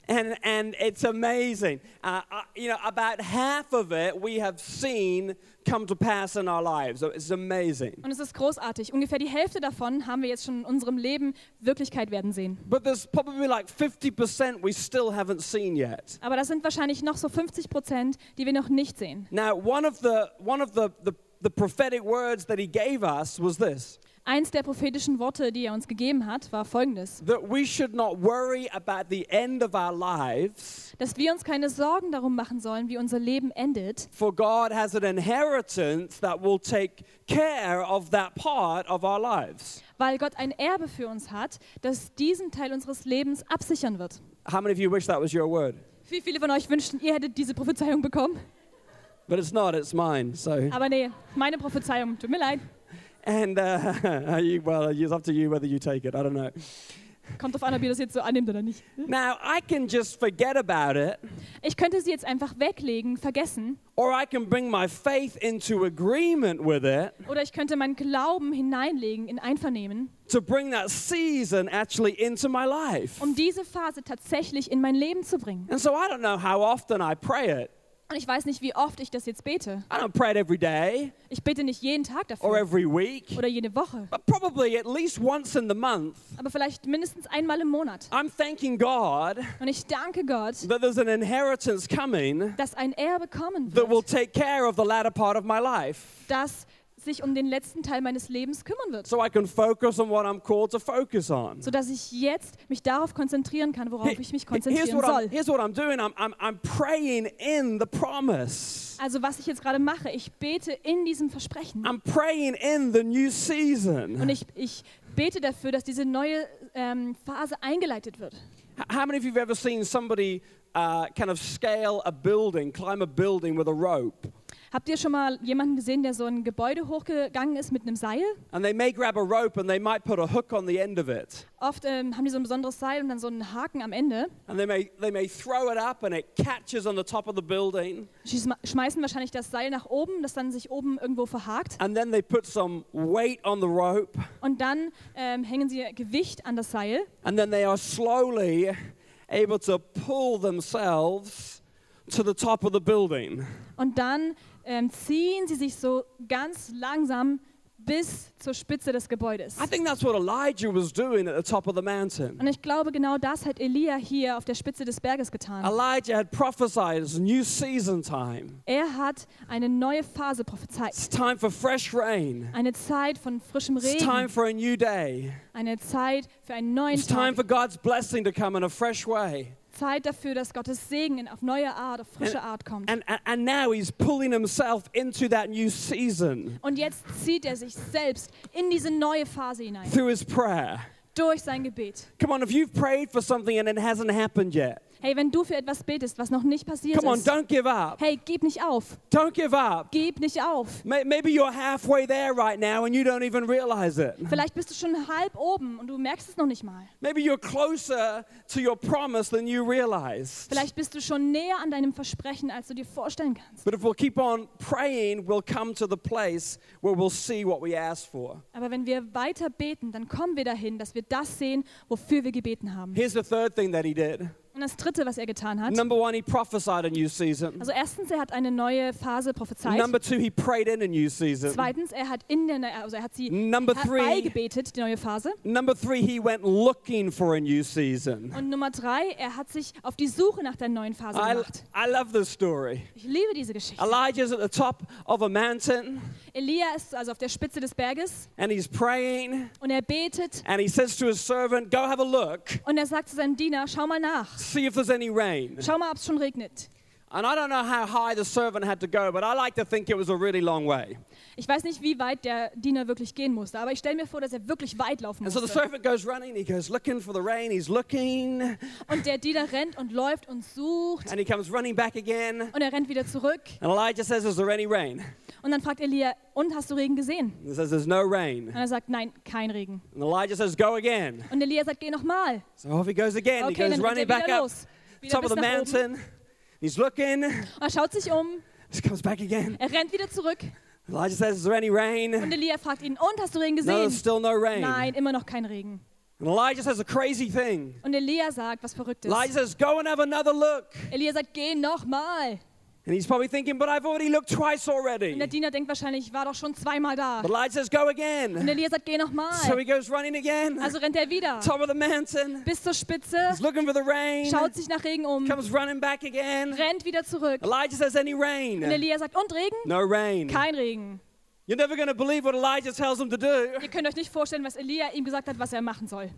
And, and it's amazing. Uh, uh, you know, about half of it we have seen come to pass in our lives. So It's amazing. Und es ist großartig. Ungefähr die Hälfte davon haben wir jetzt schon in unserem Leben Wirklichkeit werden sehen. But there's probably like 50% we still haven't seen yet. Aber das sind wahrscheinlich noch so 50 Prozent, die wir noch nicht sehen. Now, one of the, one of the, the, the prophetic words that he gave us was this Eins der prophetischen Worte, die er uns gegeben hat, war folgendes: that we should not worry about the end of our lives, Dass wir uns keine Sorgen darum machen sollen, wie unser Leben endet, for God has an inheritance that will take care of that part of our lives. weil Gott ein Erbe für uns hat, das diesen Teil unseres Lebens absichern wird. How many of you wish that was your word? Wie viele von euch wünschten, ihr hättet diese Prophezeiung bekommen? But it's not, it's mine. So, Aber nee, meine Prophezeiung, tut mir leid, and uh, you, well, it's up to you whether you take it. I don't know. kommt drauf an, ob ihr das jetzt so annimmt oder nicht. Now, I can just forget about it, Ich könnte sie jetzt einfach weglegen, vergessen, or I can bring my faith into agreement with it oder ich könnte meinen Glauben hineinlegen in Einvernehmen, to bring that season actually into my life. um diese Phase tatsächlich in mein Leben zu bringen. And so, I don't know how often I pray it. Und ich weiß nicht, wie oft ich das jetzt bete. I don't pray it every day Ich bete nicht jeden Tag or dafür every week, oder jede Woche, but probably at least once in the month. aber vielleicht mindestens einmal im Monat. I'm thanking God Und ich danke Gott, that there's an inheritance coming dass ein Erbe kommen that will wird, take care of the latter part of my life. das sich um den letzten Teil meines Lebens kümmern wird, so I can focus on what I'm called to focus on. sodass ich jetzt mich darauf konzentrieren kann, worauf ich mich Here's konzentrieren what, I'm, soll. here's what I'm doing. I'm, I'm, I'm praying in the promise. Also was ich jetzt gerade mache, ich bete in diesem Versprechen I'm praying in the new und season. H- ich, ich bete dafür, dass diese neue ähm, Phase eingeleitet wird. How many of you have ever seen somebody uh, kind of scale a building, climb a building with a rope? Habt ihr schon mal jemanden gesehen, der so ein Gebäude hochgegangen ist mit einem Seil? And they may grab a rope and they might put a hook on the end of it. Oft ähm, haben die so ein besonderes Seil und dann so einen Haken am Ende. And they may, they may throw it up and it catches on the top of the building. Schieß- Schmeißen wahrscheinlich das Seil nach oben, das dann sich oben irgendwo verhakt. And then they put some weight on the rope. Und dann ähm, hängen sie Gewicht an das Seil. And then they are slowly able to pull themselves to the top of the building. Und dann ähm, ziehen sie sich so ganz langsam bis zur Spitze des Gebäudes. I think that's what Elijah was doing at the top of the mountain. Und ich glaube, genau das hat Elia hier auf der Spitze des Berges getan. Elijah had prophesied it's new season time. Er hat eine neue Phase It's prophezeit. time for fresh rain. Eine Zeit von frischem It's time Regen, for a new day. eine Zeit für einen neuen It's time for Tag, God's blessing to come in a fresh way. Zeit dafür, dass Gottes Segen in- auf neue Art, auf frische Art kommt. And, and, and now he's pulling himself into that new season Und jetzt zieht er sich selbst in diese neue Phase hinein, through his prayer. durch sein Gebet. Come on, if you've prayed for something and it hasn't happened yet, Hey, wenn du für etwas betest, was noch nicht passiert come on, ist, don't give up. hey, gib nicht auf, Don't give up. gib nicht auf. May- Maybe you're halfway there right now and you don't even realize it. Vielleicht bist du schon halb oben und du merkst es noch nicht mal. Maybe you're closer to your promise than you realize. Vielleicht bist du schon näher an deinem Versprechen, als du dir vorstellen kannst. But if we'll keep on praying, we'll come to the place where we'll see what we asked for. Aber wenn wir weiter beten, dann kommen wir dahin, dass wir das sehen, wofür wir gebeten haben. Here's the third thing that he did. Und das Dritte, was er getan hat, Number one, he prophesied a new season. also erstens, er hat eine neue Phase prophezeit. Number two, he prayed in a new season. Zweitens, er hat in der, also er hat sie Number three. herbeigebetet, die neue Phase. Number three, he went looking for a new season. Und Nummer drei, er hat sich auf die Suche nach der neuen Phase I, gemacht. I love this story. Ich liebe diese Geschichte. Elijah's at the top of a mountain Elia ist also auf der Spitze des Berges and he's praying und er betet and he says to his servant, Go have a look, und er sagt zu seinem Diener, schau mal nach. see if there's any rain. Schau mal, ob es schon regnet. And I don't know how high the servant had to go, but I like to think it was a really long way. Ich weiß nicht, wie weit der Diener wirklich gehen musste, aber ich stelle mir vor, dass er wirklich weit laufen And so the musste. servant goes running, he goes looking for the rain, he's looking, and Und der Diener rennt und läuft und sucht he comes running back again. und er rennt wieder zurück. And Elijah says, Is there any rain? Und dann fragt Elia, und hast du Regen gesehen? And he says, There's no Und rain. er sagt, nein, kein Regen. And Elijah says, Go again. Und Elia sagt, geh nochmal. So off he goes again. he Okay, goes dann rennt running er back wieder up los. Wieder top of bis the nach oben. mountain. He's looking. Und er schaut sich um, He comes back again. er rennt wieder zurück. Elijah says, Is there any Und rain? Elia fragt ihn, und hast du Regen No, there's gesehen? still no rain. Nein, immer noch kein Regen. And Elijah says a crazy thing. Und Elia sagt was Verrücktes. Elijah says, Go and have another look. Elia sagt, geh nochmal. And he's probably thinking, But I've already looked twice already. Und der But Diener denkt wahrscheinlich, ich war doch schon zweimal da. Und Elijah says, Go again. Elia sagt, geh So he nochmal. goes running again. Also rennt er wieder Top of the mountain. bis zur Spitze, He's looking for the rain. schaut sich nach Regen um, Comes running back again. rennt wieder zurück. Und Elijah says, Any rain? Elia sagt, und Regen? No rain. Kein Regen. You're never going to believe what Elijah tells him to do. Ihr könnt euch nicht vorstellen, was Elia ihm gesagt hat, was er machen soll.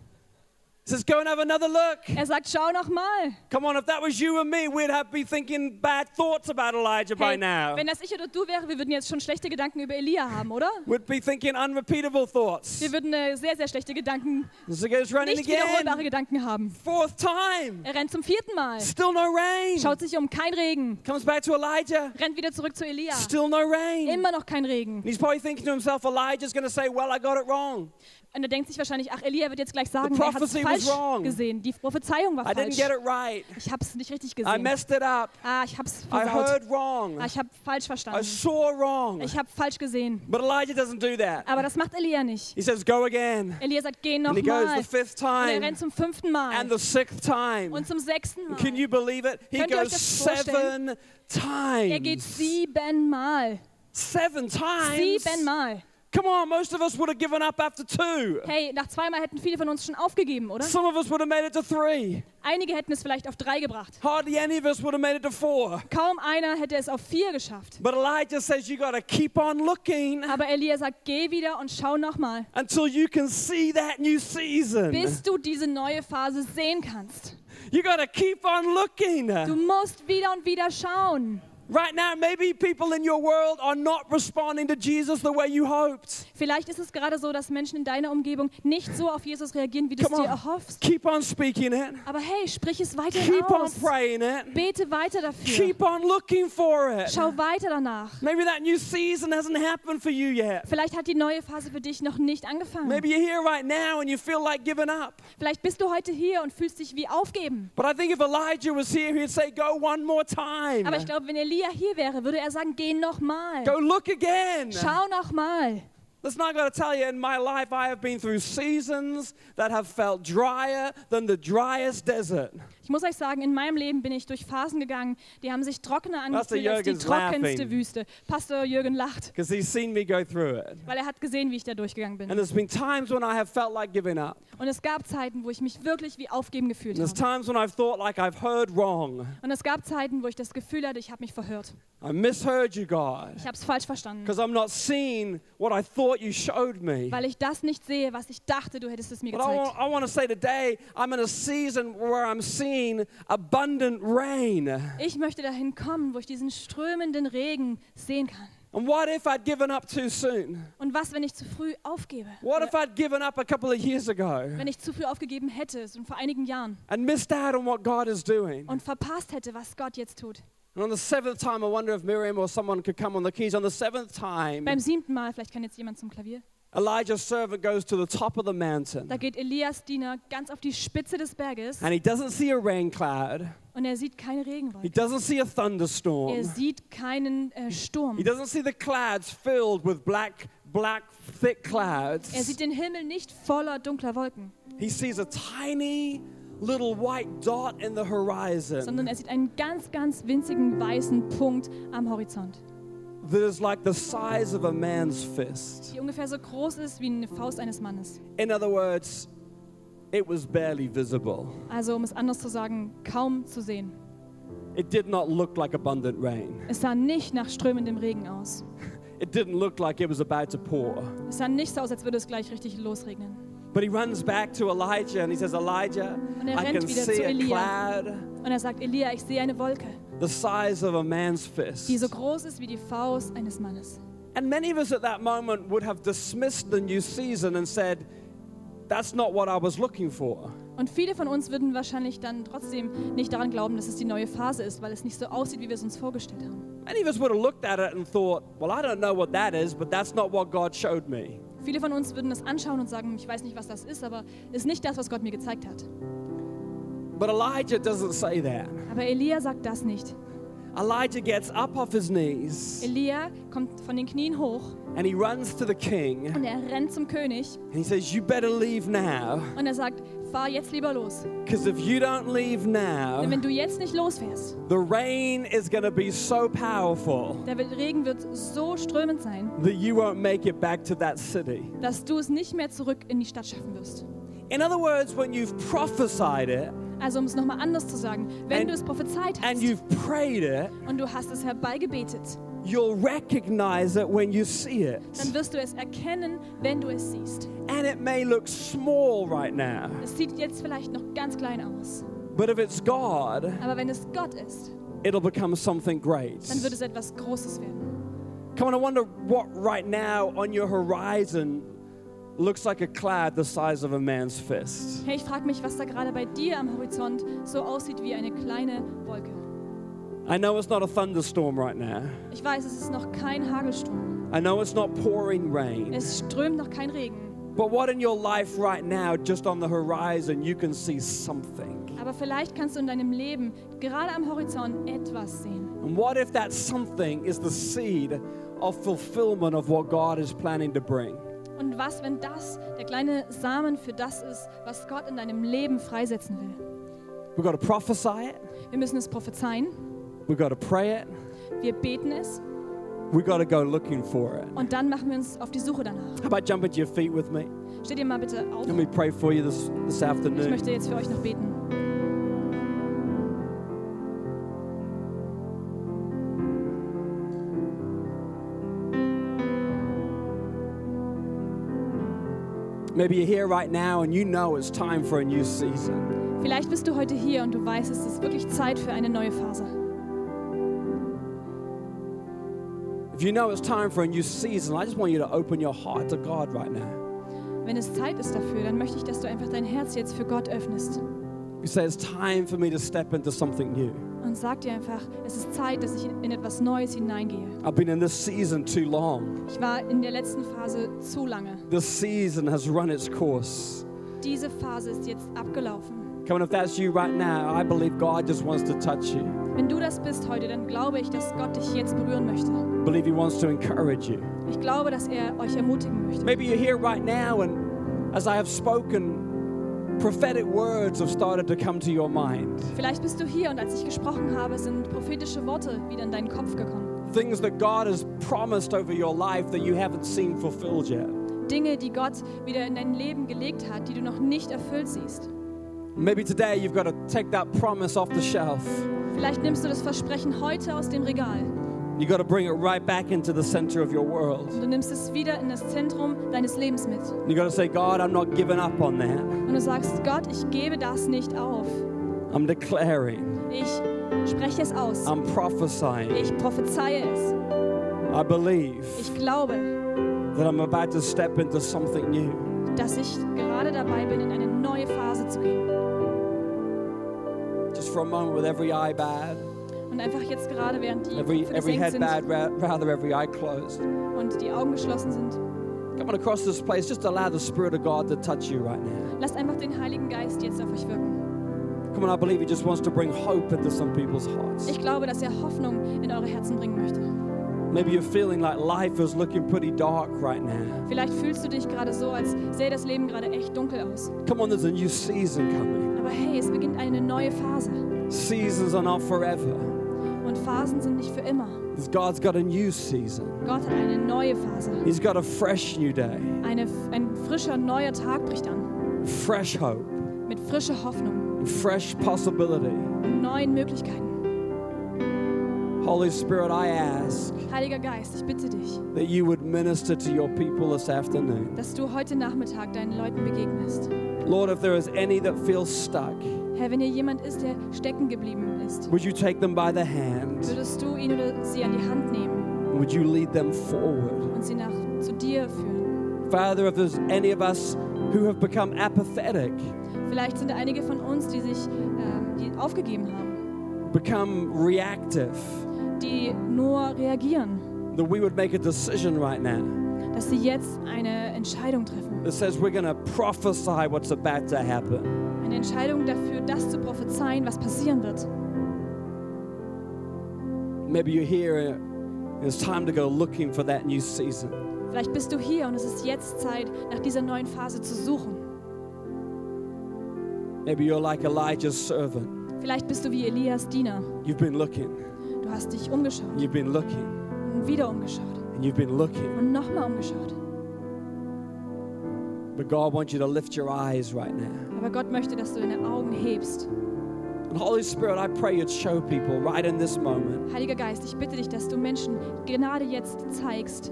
He says, Go and have another look. Er sagt, schau nochmal. Come on, if that was you and me, we'd have be thinking bad thoughts about Elijah by Hey, now. wenn das ich oder du wäre, wir würden jetzt schon schlechte Gedanken über Elia haben, oder? We'd be thinking unrepeatable thoughts. Wir würden äh, sehr, sehr schlechte Gedanken, So he goes running nicht again. wiederholbare Gedanken haben. Fourth time. Er rennt zum vierten Mal, Still no rain. schaut sich um, kein Regen, Comes back to Elijah. rennt wieder zurück zu Elia. Still no rain. And Immer noch kein Regen. he's probably thinking to himself, Elijah's going to say, Well, I got it wrong. Und er denkt sich wahrscheinlich, ach, Elia wird jetzt gleich sagen, The er hat es prophecy was wrong. falsch gesehen. Die Prophezeiung war I didn't falsch. get it right. Ich habe es nicht richtig I gesehen. messed it up. Ah, ich habe es I versaut. heard Ah, wrong. ich habe falsch I Oh. verstanden. saw wrong. Ich habe falsch gesehen. But Elijah doesn't do that. Aber das macht Elia nicht. He says, Go again. Elia sagt, geh And he goes the nochmal. fifth Und er time rennt zum fünften and Mal the sixth time. und zum sechsten Mal. Can you believe it? He Könnt ihr euch goes das vorstellen? seven Er geht times. siebenmal. Seven times. Siebenmal. Come on, most of us would have given up after two. Hey, nach zweimal hätten viele von uns schon aufgegeben, oder? Some of us would have made it to three. Einige hätten es vielleicht auf drei gebracht. Hardly any of us would have made it to four. Kaum einer hätte es auf vier geschafft. But Elijah says you got to keep on looking Aber Elia sagt, geh wieder und schau nochmal, until you can see that new season. bis du diese neue Phase sehen kannst. You got to keep on Du looking. musst wieder und wieder schauen. Right now, maybe people in your world are not responding to Jesus the way you hoped. Vielleicht ist es gerade so, dass Menschen in deiner Umgebung nicht so auf Jesus reagieren, wie du es Come dir on. erhoffst. Keep on speaking it. Aber hey, sprich es weiterhin Keep on aus. praying it. Bete weiter dafür. Keep on looking for it. Schau weiter danach. Maybe that new season hasn't happened for you yet. Vielleicht hat die neue Phase für dich noch nicht angefangen. Maybe you're here right now and you feel like giving up. Vielleicht bist du heute hier und fühlst dich wie aufgeben. But I think if Elijah was here, he'd say, Go one more time. Aber ich glaube, wenn Elia hier wäre, würde er sagen, geh nochmal. Go look again. Schau nochmal. That's not going to tell you. In my life, I have been through seasons that have felt drier than the driest desert. Ich muss euch sagen, in meinem Leben bin ich durch Phasen gegangen, die haben sich trockener Pastor angefühlt als die Jürgen's trockenste laughing. Wüste. Pastor Jürgen lacht, Because he's seen me go through it. weil er hat gesehen, wie ich da durchgegangen And bin. there's been times when I have felt like giving up. Und es gab Zeiten, wo ich mich wirklich wie aufgeben gefühlt And there's habe. times when I've thought like I've heard wrong. Und es gab Zeiten, wo ich das Gefühl hatte, ich habe mich verhört. I misheard you, God. Ich habe es falsch verstanden, Because I'm not seeing what I thought you showed me. weil ich das nicht sehe, was ich dachte, du hättest es mir But I gezeigt. want, I want to say today, I'm in a season where I'm seeing abundant rain. And Ich möchte dahin kommen, wo ich diesen strömenden Regen sehen kann. what if I'd given up too soon? Und was, wenn ich zu früh aufgebe? What if Oder I'd given up a couple of years ago wenn ich zu früh aufgegeben hätte, so vor einigen Jahren, and missed out on what God is doing? und verpasst hätte, was Gott jetzt tut? And on the seventh time, I wonder if Miriam or someone could come on the keys. On the seventh time, Beim siebten Mal, vielleicht kann jetzt jemand zum Klavier, Elijah's servant goes to the top of the da mountain geht Elias Diener ganz auf die Spitze des Berges and he doesn't see a rain cloud, und er sieht keine he Regenwolke. doesn't see a Er thunderstorm, sieht keinen äh, Sturm. he doesn't see the clouds filled with black, black, thick clouds. Er sieht den Himmel nicht voller dunkler Wolken, He sees a tiny little white dot in the horizon sondern er sieht einen ganz, ganz winzigen weißen Punkt am Horizont, that is like the size of a man's fist. die ungefähr so groß ist wie eine Faust eines Mannes. In other words, it was barely visible. Also um es anders zu sagen, kaum zu sehen. It did not look like abundant rain. Es sah nicht nach strömendem Regen aus. It didn't look like it was about to pour. Es sah nicht so aus, als würde es gleich richtig losregnen. But he runs back to Elijah and he says, Elijah, er I rennt can wieder see zu a Elia. cloud Und er sagt, Elia, ich sehe eine Wolke, the size of a man's fist. die so groß ist wie die Faust eines Mannes. And many of us at that moment would have dismissed the new season and said, That's not what I was looking for. Und viele von uns würden wahrscheinlich dann trotzdem nicht daran glauben, dass es die neue Phase ist, weil es nicht so aussieht, wie wir es uns vorgestellt haben. Many of us would have looked at it and thought, well, I don't know what that is, but that's not what God showed me. Viele von uns würden das anschauen und sagen, ich weiß nicht, was das ist, aber ist nicht das, was Gott mir gezeigt hat. But Elijah doesn't say that. Aber Elia sagt das nicht. Elijah gets up off his knees Elia kommt von den Knien hoch and he runs to the king und er rennt zum König and he says, You better leave now, und er sagt, fahr jetzt lieber los. because if you don't leave Denn now, wenn du jetzt nicht losfährst, the rain is going to be so powerful der Regen wird so strömend sein, that you won't make it back to that city. dass du es nicht mehr zurück in die Stadt schaffen wirst. In other words, when you've prophesied it Also um es nochmal anders zu sagen, wenn And- du es prophezeit and hast you've prayed it, und du hast es herbeigebetet, you'll recognize it when you see it. dann wirst du es erkennen, wenn du es siehst. And it may look small right now, Es sieht jetzt vielleicht noch ganz klein aus, but if it's God, aber wenn es Gott ist, it'll become something great. dann wird es etwas Großes werden. Come on, I wonder what right now on your horizon looks like a cloud the size of a man's fist. Hey, ich frage mich, was da gerade bei dir am Horizont so aussieht wie eine kleine Wolke. I know it's not a thunderstorm right now. Ich weiß, es ist noch kein Hagelsturm. I know it's not pouring rain. Es strömt noch kein Regen. But what in your life right now, just on the horizon, you can see something? Aber vielleicht kannst du in deinem Leben gerade am Horizont etwas sehen. And what if that something is the seed of fulfillment of what God is planning to bring? Und was, wenn das der kleine Samen für das ist, was Gott in deinem Leben freisetzen will? We've got to prophesy it, Wir müssen es prophezeien, we've got to pray it, wir beten es we've got to go looking for it. und dann machen wir uns auf die Suche danach. How about jumping to your feet with me? Steht ihr mal bitte auf. Let me pray for you this, this afternoon. Ich möchte jetzt für euch noch beten. Maybe you're here right now and you know it's time for a new season. Vielleicht bist du heute hier und du weißt, es ist wirklich Zeit für eine neue Phase. If you know it's time for a new season, I just want you to open your heart to God right now. Wenn es Zeit ist dafür, dann möchte ich, dass du einfach dein Herz jetzt für Gott öffnest You say, It's time for me to step into something new. und sag dir einfach, es ist Zeit, dass ich in in etwas Neues hineingehe. I've been in this season too long. Ich war in der letzten Phase zu lange. This season has run its course. Diese Phase ist jetzt abgelaufen. Come on, if that's you right now, I believe God just wants to touch you. Wenn du das bist heute, dann glaube ich, dass Gott dich jetzt berühren möchte. I believe He wants to encourage you. Ich glaube, dass er euch ermutigen möchte. Maybe you're here right now and as I have spoken, prophetic words have started to come to your mind. Vielleicht bist du hier und als ich gesprochen habe, sind prophetische Worte wieder in deinen Kopf gekommen. things that God has promised over your life that you haven't seen fulfilled yet. Dinge, die Gott wieder in dein Leben gelegt hat, die du noch nicht erfüllt siehst. Maybe today you've got to take that promise off the shelf. Vielleicht nimmst du das Versprechen heute aus dem Regal You've got to bring it right back into the center of your world. und du nimmst es wieder in das Zentrum deines Lebens mit. You've got to say, God, I'm not giving up on that. Und du sagst, Gott, ich gebe das nicht auf. I'm declaring, Ich spreche es aus. I'm prophesying. Ich prophezeie es. I believe Ich glaube, that I'm about to step into something new. dass ich gerade dabei bin, in eine neue Phase zu gehen. Just for a moment, with every eye bowed, Und einfach jetzt gerade, während die every, Köpfe every gesenkt head bowed, sind ra- rather every eye closed. und die Augen geschlossen sind, Come on across this place, just allow the Spirit of God to touch you right now. lasst einfach den Heiligen Geist jetzt auf euch wirken. Come on, I believe He just wants to bring hope into some people's hearts. Ich glaube, dass er Hoffnung in eure Herzen bringen möchte. Maybe you're feeling like life is looking pretty dark right now. Vielleicht fühlst du dich gerade so, als sähe das Leben gerade echt dunkel aus. Come on, there's a new season coming. Aber hey, es beginnt eine neue Phase. Seasons are not forever. Und Phasen sind nicht für immer. 'Cause God's got a new season. Gott hat eine neue Phase. He's got a fresh new day, Eine, ein frischer, neuer Tag bricht an. fresh hope, Mit frischer Hoffnung fresh possibility. und neuen Möglichkeiten. Holy Spirit, I ask Heiliger Geist, ich bitte dich, that you would minister to your people this afternoon. dass du heute Nachmittag deinen Leuten begegnest. Lord, if there is any that feels stuck, Herr, wenn hier jemand ist, der stecken geblieben ist, would you take them by the hand? würdest du ihn oder sie an die Hand nehmen Would you lead them forward? und sie nach zu dir führen. Father, if there's any of us who have become apathetic, Vielleicht sind da einige von uns, die sich ähm, die aufgegeben haben, become reactive, die nur reagieren, that we would make a decision right now dass sie jetzt eine Entscheidung treffen. that says we're going to prophesy what's about to happen. Eine Entscheidung dafür, das zu prophezeien, was passieren wird. Maybe you're here and it's time to go looking for that new season. Vielleicht bist du hier und es ist jetzt Zeit, nach dieser neuen Phase zu suchen. Maybe you're like Elijah's servant. Vielleicht bist du wie Elias Diener. You've been looking, Du hast dich umgeschaut you've been looking, und wieder umgeschaut and you've been looking. und nochmal umgeschaut. But God wants you to lift your eyes right now. Aber Gott möchte, dass du deine Augen hebst. And Holy Spirit, I pray you'd show people right in this moment Heiliger Geist, ich bitte dich, dass du Menschen gerade jetzt zeigst,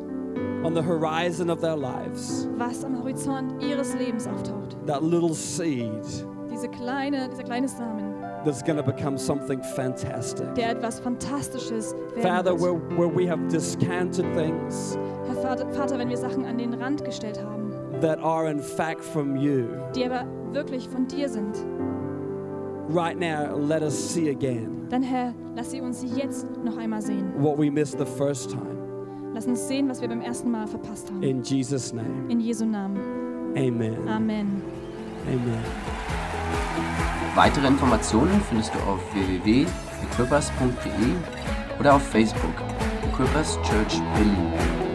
on the horizon of their lives was am Horizont ihres Lebens auftaucht. that little seed Diese kleine, dieser kleine Samen, that's going to become something fantastic. der etwas Fantastisches Father, werden where, wird. where we have discounted things Herr Vater, Vater, wenn wir Sachen an den Rand gestellt haben, that are in fact from you, die aber wirklich von dir sind, right now let us see again dann Herr, lass sie uns jetzt noch einmal sehen. what we missed the first time. Lass uns sehen, was wir beim ersten Mal verpasst haben. In Jesus' name, In Jesu Namen. amen. Amen. Amen. Weitere Informationen findest du auf www.equippers.de oder auf Facebook Equippers Church Berlin.